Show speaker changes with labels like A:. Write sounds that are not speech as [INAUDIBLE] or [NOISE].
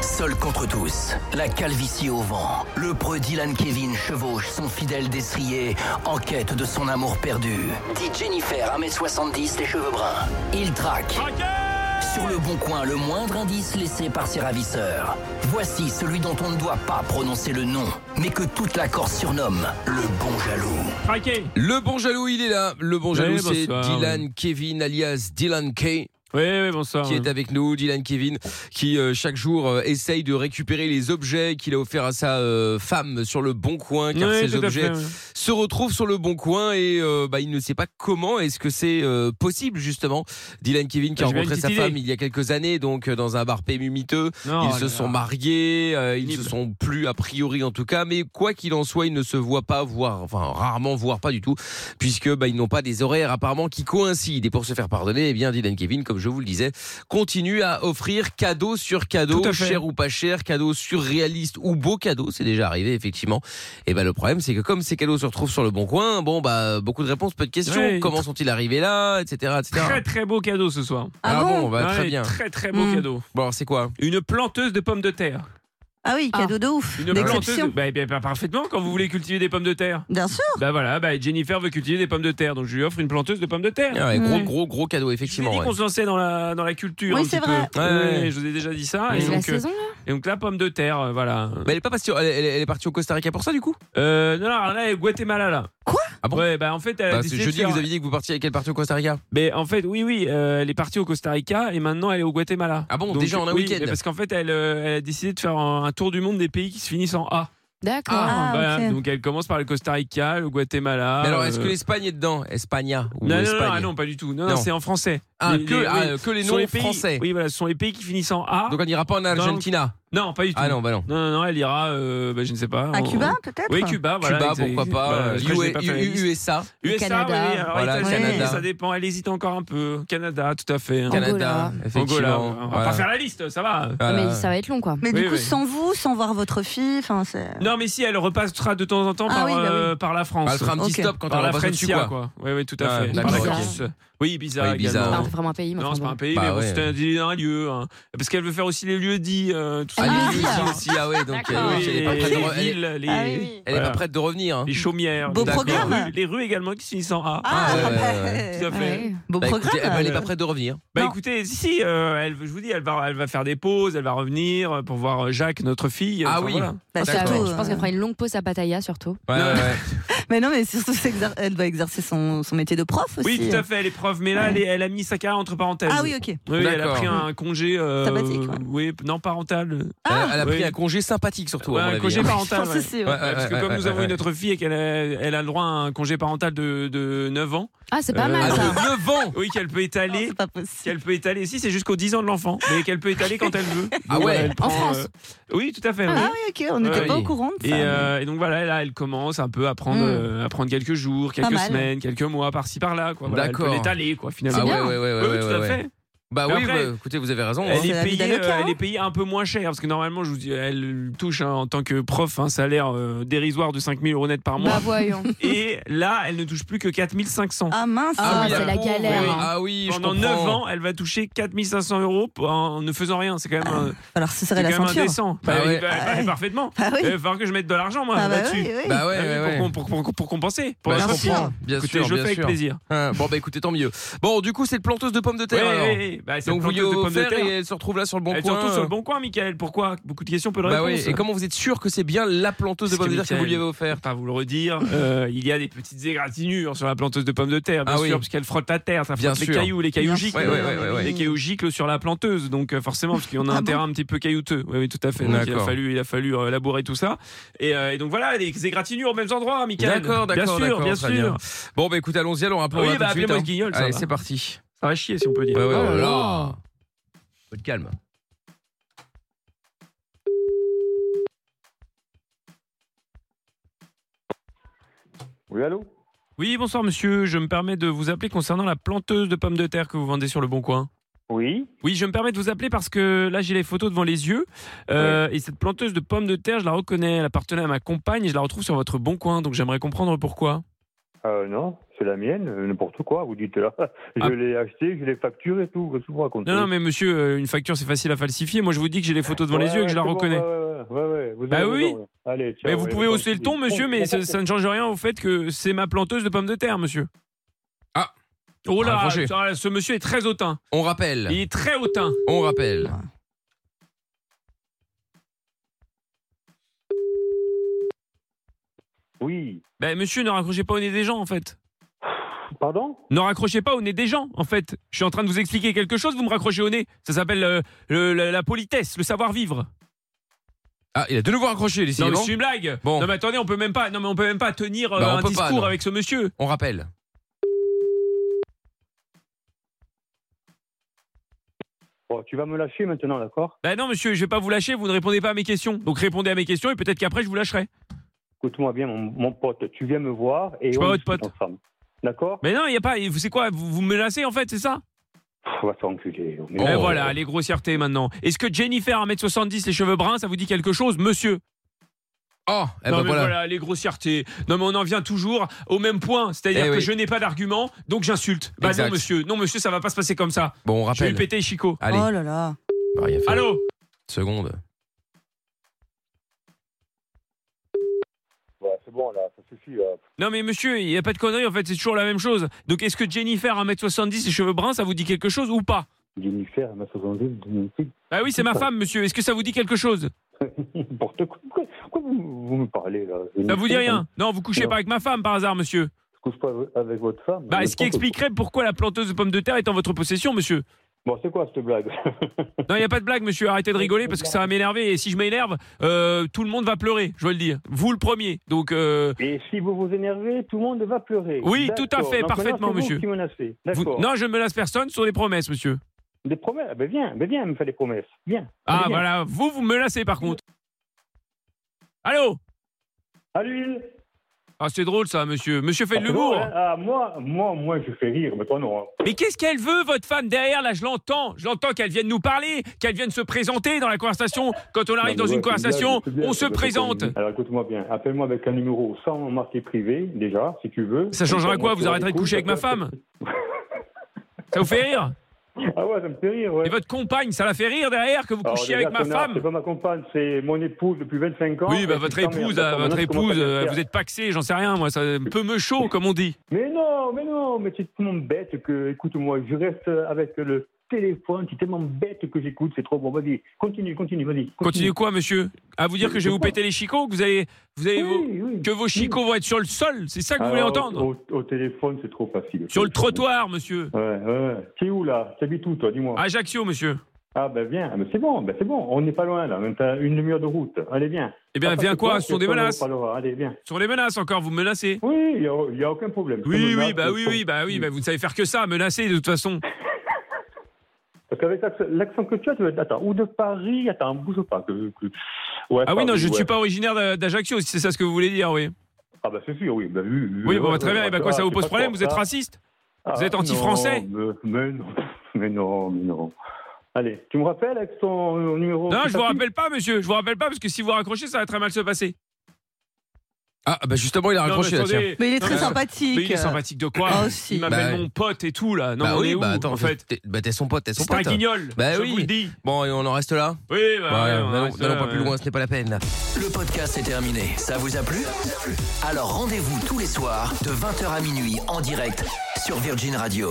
A: Seul contre tous, la calvitie au vent, le preux Dylan Kevin chevauche son fidèle destrier en quête de son amour perdu. Dit Jennifer, 1m70, les cheveux bruns. Il traque. Sur le bon coin, le moindre indice laissé par ses ravisseurs. Voici celui dont on ne doit pas prononcer le nom, mais que toute la Corse surnomme le bon jaloux.
B: Traqué
C: Le bon jaloux, il est là. Le bon
B: Oui,
C: jaloux, c'est
B: bonsoir,
C: Dylan Kevin, alias Dylan K,
B: Oui, oui, bonsoir.
C: qui
B: Ah, oui.
C: est avec nous. Dylan Kevin, qui euh, chaque jour euh, essaye de récupérer les objets qu'il a offerts à sa euh, femme sur le bon coin, car
B: Oui,
C: ces
B: tout à
C: objets
B: fait, oui.
C: se retrouvent sur le bon coin et euh, bah, il ne sait pas comment. Est-ce que c'est euh, possible, justement Dylan Kevin, qui a
B: J'ai bien une
C: rencontré sa
B: petite
C: femme
B: idée.
C: il y a quelques années, donc euh, dans un bar pémumiteux.
B: Non,
C: ils se
B: Oh là,
C: sont
B: là.
C: mariés, euh, ils se
B: Pénible.
C: sont plus a priori en tout cas, mais quoi qu'il en soit, ils ne se voient pas, voire enfin rarement, voire pas du tout, puisque bah, ils n'ont pas des horaires apparemment qui coïncident. Et pour se faire pardonner, eh bien Dylan Kevin, comme je vous le disais, continue à offrir cadeau sur cadeau,
B: Tout à fait.
C: cher ou pas cher, cadeau surréaliste ou beau cadeau, c'est déjà arrivé effectivement. Et ben le problème, c'est que comme ces cadeaux se retrouvent sur le bon coin, bon bah beaucoup de réponses, peu de questions.
B: Ouais.
C: Comment sont-ils arrivés là, etc., etc.
B: Très très beau cadeau ce soir.
D: Ah, bon,
C: bah, très
B: Ouais,
C: bien.
B: Très très beau
D: Mm.
B: cadeau.
C: Bon, alors, c'est quoi
B: Une planteuse de pommes de terre.
D: Ah oui, cadeau de ouf.
B: Une planteuse.
D: D'exception.
B: de- Bah, eh bien, bah, parfaitement quand vous voulez cultiver des pommes de terre.
D: Bien sûr.
B: Bah voilà, bah, Jennifer veut cultiver des pommes de terre, donc je lui offre une planteuse de pommes de terre.
C: Ah ouais, Gros,
D: Mm.
C: gros, gros
B: Je
C: cadeau,
B: vous ai
C: effectivement.
B: dit
C: ouais.
B: qu'on se lançait dans la, dans la culture.
D: Oui,
B: un
D: c'est
B: petit
D: vrai.
B: peu.
C: Ouais.
B: Ouais, je vous ai déjà dit ça.
C: Mais
B: Et
C: c'est
E: la
B: donc, euh,
E: saison là
B: et donc la pomme de terre, euh, voilà.
C: Mais elle est pas partie, elle, elle- elle est partie au Costa Rica pour ça du coup
B: Euh, non, non, là, elle est au Guatemala, là.
D: Quoi
C: Ah bon
B: Ouais, bah en fait, elle a
C: Bah, c'est
B: décidé de
C: Jeudi,
B: faire-
C: vous aviez dit que vous partiez avec elle partie au Costa Rica
B: Mais Ben, en fait, oui, oui, euh, elle est partie au Costa Rica et maintenant elle est au Guatemala.
C: Ah bon, déjà en un
B: oui,
C: week-end.
B: mais Parce qu'en fait, elle, euh, elle a décidé de faire un, un tour du monde des pays qui se finissent en A.
E: D'accord.
D: Ah,
B: Voilà,
D: ok.
B: Donc elle commence par le Costa Rica, le Guatemala.
C: Mais alors, est-ce
B: euh,
C: que l'Espagne est dedans Espagna ou
B: non, non, non,
C: Espagne
B: ah non, pas du tout. Non,
C: Non.
B: non, c'est en français.
C: Ah,
B: Les-
C: que,
B: les-
C: ah,
B: oui.
C: que les
B: Ce sont
C: noms
B: pays-
C: français.
B: Oui, voilà, ce sont les pays qui finissent en A.
C: Donc on n'ira pas en Argentina.
B: non, pas du tout.
C: Ah non, bah non.
B: Non, non, non, elle ira, euh, bah, je ne sais pas.
D: À
B: en-
D: Cuba, peut-être
B: Oui, Cuba, voilà.
C: Cuba,
B: exact-
C: pourquoi pas.
B: voilà,
C: euh,
B: je crois que j'ai
C: US-
B: pas fait la liste.
C: USA,
B: USA,
E: Canada.
B: oui, alors
C: Voilà,
B: Italie,
D: Canada.
B: ça dépend. Elle hésite encore un peu. Canada, tout à fait. hein.
C: Canada,
B: Angola.
C: effectivement.
B: On va
C: Voilà.
B: pas faire la liste, ça va.
E: Ah,
C: Voilà.
E: Mais ça va être long quoi.
D: Mais
B: Oui,
D: du coup,
B: oui.
D: sans vous, sans voir votre fille, enfin, c'est.
B: Non, mais si, elle repassera de temps en temps
D: Ah
B: par,
D: oui, bah oui.
B: euh, par la France.
C: Bah, elle fera un petit
D: Ok.
C: stop quand
B: par
C: on
B: la
C: va passer dessus,
B: Francia,
C: quoi.
B: quoi. Oui, oui, tout à
C: Ouais,
B: fait.
C: d'accord,
B: Par la
E: ok.
B: Corse. Oui, bizarre.
C: Oui, Ibiza.
E: C'est
C: Ah.
E: pas vraiment un pays, mais
B: Non,
E: enfin,
B: c'est pas
E: bon.
B: un pays,
C: Bah
B: mais bon,
C: ouais.
B: c'est un, délai- un lieu. hein. Parce qu'elle veut faire aussi les lieux dits, euh, tout ça.
C: Ah,
D: Ah,
C: lui
D: oui.
C: aussi, ah ouais, donc
E: D'accord.
C: euh,
B: Oui,
C: elle
B: les,
C: est pas prête de re-
B: les
C: elle-
B: villes, les,
D: Ah oui,
C: elle
D: oui.
C: est pas
B: Voilà.
C: prête de revenir. hein.
B: les chaumières.
D: Beau
B: les-
D: programme.
B: Les rues, les rues également qui se finissent en A.
D: Ah,
C: ouais,
D: bah,
C: ouais,
B: Tout à fait.
E: Ouais.
D: Beau
C: Bah, écoutez,
D: programme.
C: elle- elle est pas prête de revenir.
B: Bah
D: Non.
B: écoutez, si, si, euh, elle, je vous dis, elle va, elle va faire des pauses, elle va revenir euh, pour voir euh, Jacques, notre fille. euh,
C: Ah
B: enfin,
C: oui.
B: voilà.
D: Bah,
E: Ça,
C: D'accord.
D: surtout,
E: Je pense
D: euh,
E: qu'elle fera une longue pause à Pattaya surtout.
C: Ouais, ouais, ouais.
D: Mais non, mais surtout, c'est exer- elle doit exercer son, son métier de prof aussi.
B: Oui, tout à fait, l'épreuve. Mais là, elle, est- elle a mis sa carrière entre parenthèses.
D: Ah oui, ok.
B: Oui, elle a
C: D'accord.
B: pris un congé. euh,
D: Sabbatique, ouais.
B: Oui, non parental.
C: Elle- elle a pris
B: oui.
C: un congé sympathique surtout. à
B: Ouais,
C: mon
B: un
C: avis,
B: congé
C: hein.
D: Je
B: parental.
D: pense
B: ouais.
D: aussi, ouais.
C: Ouais.
B: Ouais, parce que comme nous avons eu notre fille et qu'elle a, elle a le droit à un congé parental de, de 9 ans,
E: Ah, c'est pas
B: Euh,
E: mal
C: Ah,
E: ça.
C: de 9 ans
B: oui, qu'elle peut
D: Non,
B: étaler,
D: Ah, C'est pas possible.
B: qu'elle peut étaler, si c'est jusqu'aux 10 ans de l'enfant, mais qu'elle peut étaler quand elle veut.
C: Ah
B: Donc,
C: ouais.
B: elle
E: En
B: prend,
E: France.
B: euh, Oui, tout à fait. oui.
D: Ah oui, ok, on n'était
B: Ouais,
D: pas
C: oui.
D: au courant de
B: Et,
D: ça.
B: euh, et donc voilà, là, elle commence un peu à prendre,
D: Mm.
B: euh, à prendre quelques jours, quelques
D: mal.
B: semaines, quelques mois, par-ci par-là. quoi. Voilà, elle peut
C: D'accord.
B: l'étaler, quoi, finalement.
C: Ah ouais, ouais,
E: bien.
C: ouais, ouais,
B: Oui,
C: ouais,
B: tout
C: ouais,
B: à
C: ouais.
B: fait.
C: Bah
B: Mais
C: oui,
B: après-
C: bah, écoutez, vous avez raison. hein.
B: Elle
D: c'est
B: est,
D: la vie
B: payée,
D: d'avocat,
B: euh,
D: hein.
B: elle est payée un peu moins cher parce que normalement, je vous dis, elle touche hein, en tant que prof un salaire euh, dérisoire de 5000 euros net par mois.
E: Bah voyons.
B: Et là, elle ne touche plus que 4500.
D: Ah mince.
E: Ah oui,
C: d'accord.
E: c'est la galère,
C: Oui,
E: hein.
C: Ah oui, je
B: Pendant
C: comprends.
B: 9 ans, elle va toucher 4500 euros pour- en ne faisant rien. C'est quand même, un-
D: Bah, Alors, ce
B: c'est
D: serait la
B: quand même
D: ceinture.
B: indécent.
C: Bah
B: Bah,
C: ouais.
B: bah, bah,
D: Ah ouais.
B: Parfaitement.
D: Ah
B: Il
D: oui.
B: va falloir que je mette de l'argent, moi,
D: Ah bah
B: là-dessus.
D: oui, oui.
C: Bah ouais,
B: Ah oui,
C: ouais,
B: pour
C: ouais.
B: qu'on- Pour, pour- pour compenser. Pour
C: Bah,
B: la
C: je
B: sortir.
C: comprends. Bien
B: Écoutez,
C: sûr,
B: je le
C: bien
B: fais avec
C: sûr.
B: plaisir.
C: Hein, Bon, bah écoutez, tant mieux. Bon, du coup, c'est le planteuse de pommes de terre. alors.
B: Ouais, ouais, ouais. Bah, c'est
C: Donc
B: le
C: vous lui
B: planteuse de pommes de
C: offert
B: terre.
C: et elle se retrouve là sur le bon
B: Elle est
C: coin.
B: surtout sur le bon coin, Michael. Pourquoi Beaucoup de questions, peu de
C: Bah oui,
B: réponses.
C: et comment vous êtes sûr que c'est bien la planteuse de
B: Parce
C: pommes de
B: que
C: terre que vous lui
B: Michael-
C: avez offert
B: pas vous le
C: [LAUGHS]
B: redire, euh, il y a des petites égratignures sur la planteuse de pommes de terre, bien
C: Ah
B: sûr,
C: oui.
B: parce qu'elle frotte la terre, ça
C: Bien
B: frotte les
C: sûr.
B: cailloux, les cailloux
D: Bien
B: giclent,
C: sûr. Ouais, ouais, ouais, ouais,
B: les
D: ouais.
B: cailloux giclent sur la planteuse, donc euh, forcément, parce qu'on a
D: Ah
B: un
D: bon
B: terrain un petit peu caillouteux, oui, oui, tout à fait, donc il a
C: D'accord.
B: fallu, il a fallu euh, labourer tout ça, et, euh, et donc voilà, des égratignures aux mêmes endroits, Michael,
C: D'accord,
B: bien
C: d'accord,
B: sûr,
C: d'accord,
B: bien
C: très
B: sûr,
C: bien. Bon, bah écoutez, allons-y alors, rappelons
B: oui,
C: là
B: bah
C: tout de suite.
B: appelez-moi ce
C: hein.
B: guignol, ça
C: Allez,
B: va.
C: c'est parti.
B: Ça va chier si on peut dire.
C: Ouais, ouais,
E: Oh là
C: oh là.
E: là.
C: Faut de calme.
F: Oui, allô
B: Oui, bonsoir monsieur, je me permets de vous appeler concernant la planteuse de pommes de terre que vous vendez sur le Bon Coin.
F: Oui.
B: Oui, je me permets de vous appeler parce que là, j'ai les photos devant les yeux. Euh, Et cette planteuse de pommes de terre, je la reconnais. Elle appartenait à ma compagne et je la retrouve sur votre bon coin. Donc j'aimerais comprendre pourquoi.
F: Euh, non, C'est la mienne, euh, n'importe quoi, vous dites là. [LAUGHS] Je
B: Ah.
F: l'ai acheté, je l'ai facturé et tout. Qu'est-ce que vous racontez
B: Non, non, mais monsieur, euh, une facture, c'est facile à falsifier. Moi, je vous dis que j'ai les photos devant
F: Ouais,
B: les yeux et
F: ouais,
B: que je la
F: c'est bon, bah,
B: reconnais.
F: ouais, ouais, ouais, ouais, ouais, vous
B: Bah
F: avez
B: oui.
F: raison, ouais. Allez, ciao,
B: Mais vous
F: ouais,
B: pouvez
F: bon,
B: hausser le ton, monsieur, mais ça, ça ne change rien au fait que c'est ma planteuse de pommes de terre, monsieur.
C: Ah.
B: Oh là,
C: Rapprochez.
B: ah, ce monsieur est très hautain.
C: On rappelle.
B: Il est très hautain.
C: On rappelle.
F: Oui.
B: Ben, monsieur, ne raccrochez pas au nez des gens, en fait.
F: Pardon
B: Ne raccrochez pas au nez des gens, en fait. Je suis en train de vous expliquer quelque chose, vous me raccrochez au nez. Ça s'appelle euh, le- la, la politesse, le savoir-vivre.
C: Ah, il a de nouveau raccroché,
B: Non, mais
C: décidément.
B: c'est une blague.
C: Bon.
B: Non, mais attendez, on peut même pas, non, mais on peut même pas tenir euh,
C: Bah, on
B: un
C: peut pas,
B: discours
C: non.
B: avec ce monsieur.
C: On rappelle.
F: Bon, Tu vas me lâcher maintenant, d'accord
B: Ben non, monsieur, je vais pas vous lâcher, vous ne répondez pas à mes questions. Donc répondez à mes questions et peut-être qu'après, je vous lâcherai.
F: Écoute-moi bien, mon, mon pote. Tu viens me voir et
B: suis
F: on
B: pas votre
F: discute
B: pote.
F: ensemble. D'accord
B: Mais non, il y a pas. Vous c'est quoi Vous vous me menacez en fait, c'est ça
F: Pff, On va s'enculer. on est-
C: Oh.
B: Ben voilà, les grossièretés maintenant. Est-ce que Jennifer 1m70, les cheveux bruns, ça vous dit quelque chose, monsieur
C: Oh, eh
B: Non
C: ben
B: mais voilà.
C: voilà.
B: les grossièretés. Non mais on en vient toujours au même point, c'est-à-dire
C: Eh
B: que
C: oui.
B: je n'ai pas d'argument, donc j'insulte. Bah
C: Exact.
B: non monsieur, non monsieur, ça va pas se passer comme ça.
C: Bon, on
B: Je vais lui
C: rappelle.
B: péter Chico.
C: Allez,
D: Oh là là.
C: Ah, il a fait une
B: Allô
C: seconde.
F: Ouais, c'est bon, là, ça suffit. là.
B: Non mais monsieur, il n'y a pas de conneries en fait, c'est toujours la même chose. Donc est-ce que Jennifer 1m70, les cheveux bruns, ça vous dit quelque chose ou pas
F: Jennifer, elle m'a 70, Jennifer.
B: Bah oui, c'est ma femme monsieur. Est-ce que ça vous dit quelque chose
F: N'importe quoi. Pourquoi, pourquoi vous, vous me parlez là
B: Ça vous dit
F: Jennifer,
B: rien Non, vous couchez
F: Non.
B: pas avec ma femme par hasard monsieur.
F: Je couche pas avec votre femme.
B: Bah, ce qui expliquerait pourquoi la planteuse de pommes de terre est en votre possession, monsieur.
F: Bon, c'est quoi cette blague [LAUGHS]
B: Non, il n'y a pas de blague, monsieur. Arrêtez de rigoler parce que ça va m'énerver. Et si je m'énerve, euh, tout le monde va pleurer, je veux le dire. Vous le premier. Donc, euh,
F: Et si vous vous énervez, tout le monde va pleurer.
B: Oui, tout à
F: D'accord.
B: fait,
F: Donc,
B: parfaitement,
F: maintenant,
B: monsieur.
F: c'est Vous qui menacez.
B: vous-
F: D'accord.
B: non, je ne menace personne sur des promesses, monsieur.
F: Des promesses. Ah, Ben viens, ben viens, elle me fait des promesses. Viens.
B: Ah,
F: Viens.
B: voilà. Vous, vous me menacez par contre. Allô
F: À l'huile.
B: Ah, c'est drôle ça, monsieur. Monsieur fait de
F: Ah, c'est bon,
B: l'humour.
F: hein Ah, moi, moi, moi, je fais rire, mais toi non. hein.
B: Mais qu'est-ce qu'elle veut, votre femme derrière Là, je l'entends. Je l'entends qu'elle vienne nous parler, qu'elle vienne se présenter dans la conversation. Quand on arrive Ah, dans une
F: Non, mais ouais, c'est bien,
B: conversation,
F: c'est bien,
B: on
F: c'est
B: se
F: bien, c'est
B: présente.
F: bien. Alors écoute-moi bien, appelle-moi avec un numéro sans marqué privé, déjà, si tu veux.
B: Ça changera
F: Comme
B: quoi
F: moi, tu
B: Vous
F: vas
B: arrêterez de
F: l'écoute,
B: coucher avec ma
F: après-
B: femme Ça vous fait rire
F: [LAUGHS] Ah ouais, ça me fait rire, ouais.
B: Et votre compagne, ça la fait rire derrière que vous
F: Alors,
B: couchiez
F: déjà,
B: avec ma
F: connard, C'est
B: femme
F: pas ma compagne, c'est mon épouse depuis 25 ans.
B: Oui, bah
F: Et
B: votre
F: putain, merde,
B: épouse,
F: attends,
B: euh,
F: maintenant,
B: votre
F: je commence à
B: épouse,
F: bien
B: euh,
F: faire.
B: vous êtes paxé, j'en sais rien, moi, ça peu me chaud, comme on dit.
F: Mais non, mais non, mais c'est tellement bête que, écoute-moi, je reste avec le téléphone, c'est tellement bête que j'écoute, c'est trop bon. Vas-y, continue, continue, vas-y.
B: Continuez quoi, monsieur À vous dire que je vais vous péter les chicots, que vous allez, vous allez vos-
F: Oui, oui.
B: que vos chicots vont être sur le sol, c'est ça que vous voulez
F: Alors,
B: entendre
F: au, au téléphone, c'est trop facile.
B: Sur le trottoir, monsieur.
F: Ouais, ouais. T'es où là T'habites où toi Dis-moi. Ah,
B: Ajaccio, monsieur.
F: ben viens, Ah, mais c'est bon, ben c'est bon, on n'est pas loin là, même t'as une demi-heure de route. Allez, viens. hein,
B: Eh bien,
F: Papa,
B: viens
F: c'est
B: quoi
F: Ah, toi,
B: Ce sont
F: c'est
B: des
F: toi, on en
B: menaces.
F: reparlera. Allez, viens.
B: Ce sont des menaces encore, vous me menacez.
F: Oui, il n'y a, il y a aucun problème.
B: Oui,
F: Comme là,
B: oui, bah
F: c'est-
B: oui, oui, bah oui, bah vous ne savez faire que ça, menacer de toute façon.
F: Ah, Parce qu'avec l'accent- l'accent que tu as, tu vas être- attends, ou de Paris, attends, bouge pas. Que, que- Ouais,
B: Ah oui, non,
F: Paris,
B: je ne
F: ouais.
B: suis pas originaire d'A- d'Ajaccio, si c'est ça ce que vous voulez dire, oui.
F: Ah bah c'est sûr, oui. Bah, vu, vu-
B: Oui,
F: ouais,
B: bon, bah, très
F: ouais,
B: bien.
F: ouais,
B: Et bah, quoi,
F: ouais,
B: ça vous
F: ah, c'est
B: pose
F: pas
B: problème
F: pour
B: Vous êtes
F: ça.
B: raciste
F: Ah,
B: vous êtes anti-français
F: non, mais, mais non, [LAUGHS] mais non, mais non. Allez, tu me rappelles avec ton euh, numéro
B: Non,
F: qui
B: je vous
F: s'affiche
B: rappelle pas, monsieur. Je vous rappelle pas parce que si vous raccrochez, ça va très mal se passer.
C: Ah, bah justement, il a
B: Non,
C: raccroché
B: mais
C: là, tiens.
B: attendez.
D: Mais il est
B: Non,
D: très
B: mais- euh,
D: sympathique.
B: Mais il est sympathique de quoi
D: Ah, aussi.
B: Il m'appelle
C: Bah,
B: mon pote et tout là. Non,
C: bah
B: on
C: oui,
B: est où,
C: bah attends,
B: en fait.
C: t'es- bah t'es son pote, t'es son
B: C'est un
C: pote.
B: guignol.
C: Bah
B: je
C: oui.
B: vous le dis.
C: Bon, et on en reste là
B: Oui,
C: Ouais,
B: bah, ouais,
C: n'allons-
B: ouais, ça,
C: n'allons pas plus
B: ouais.
C: loin, ce n'est pas la peine.
A: Le podcast est terminé. Ça vous a plu Alors rendez-vous tous les soirs de 20h à minuit en direct sur Virgin Radio.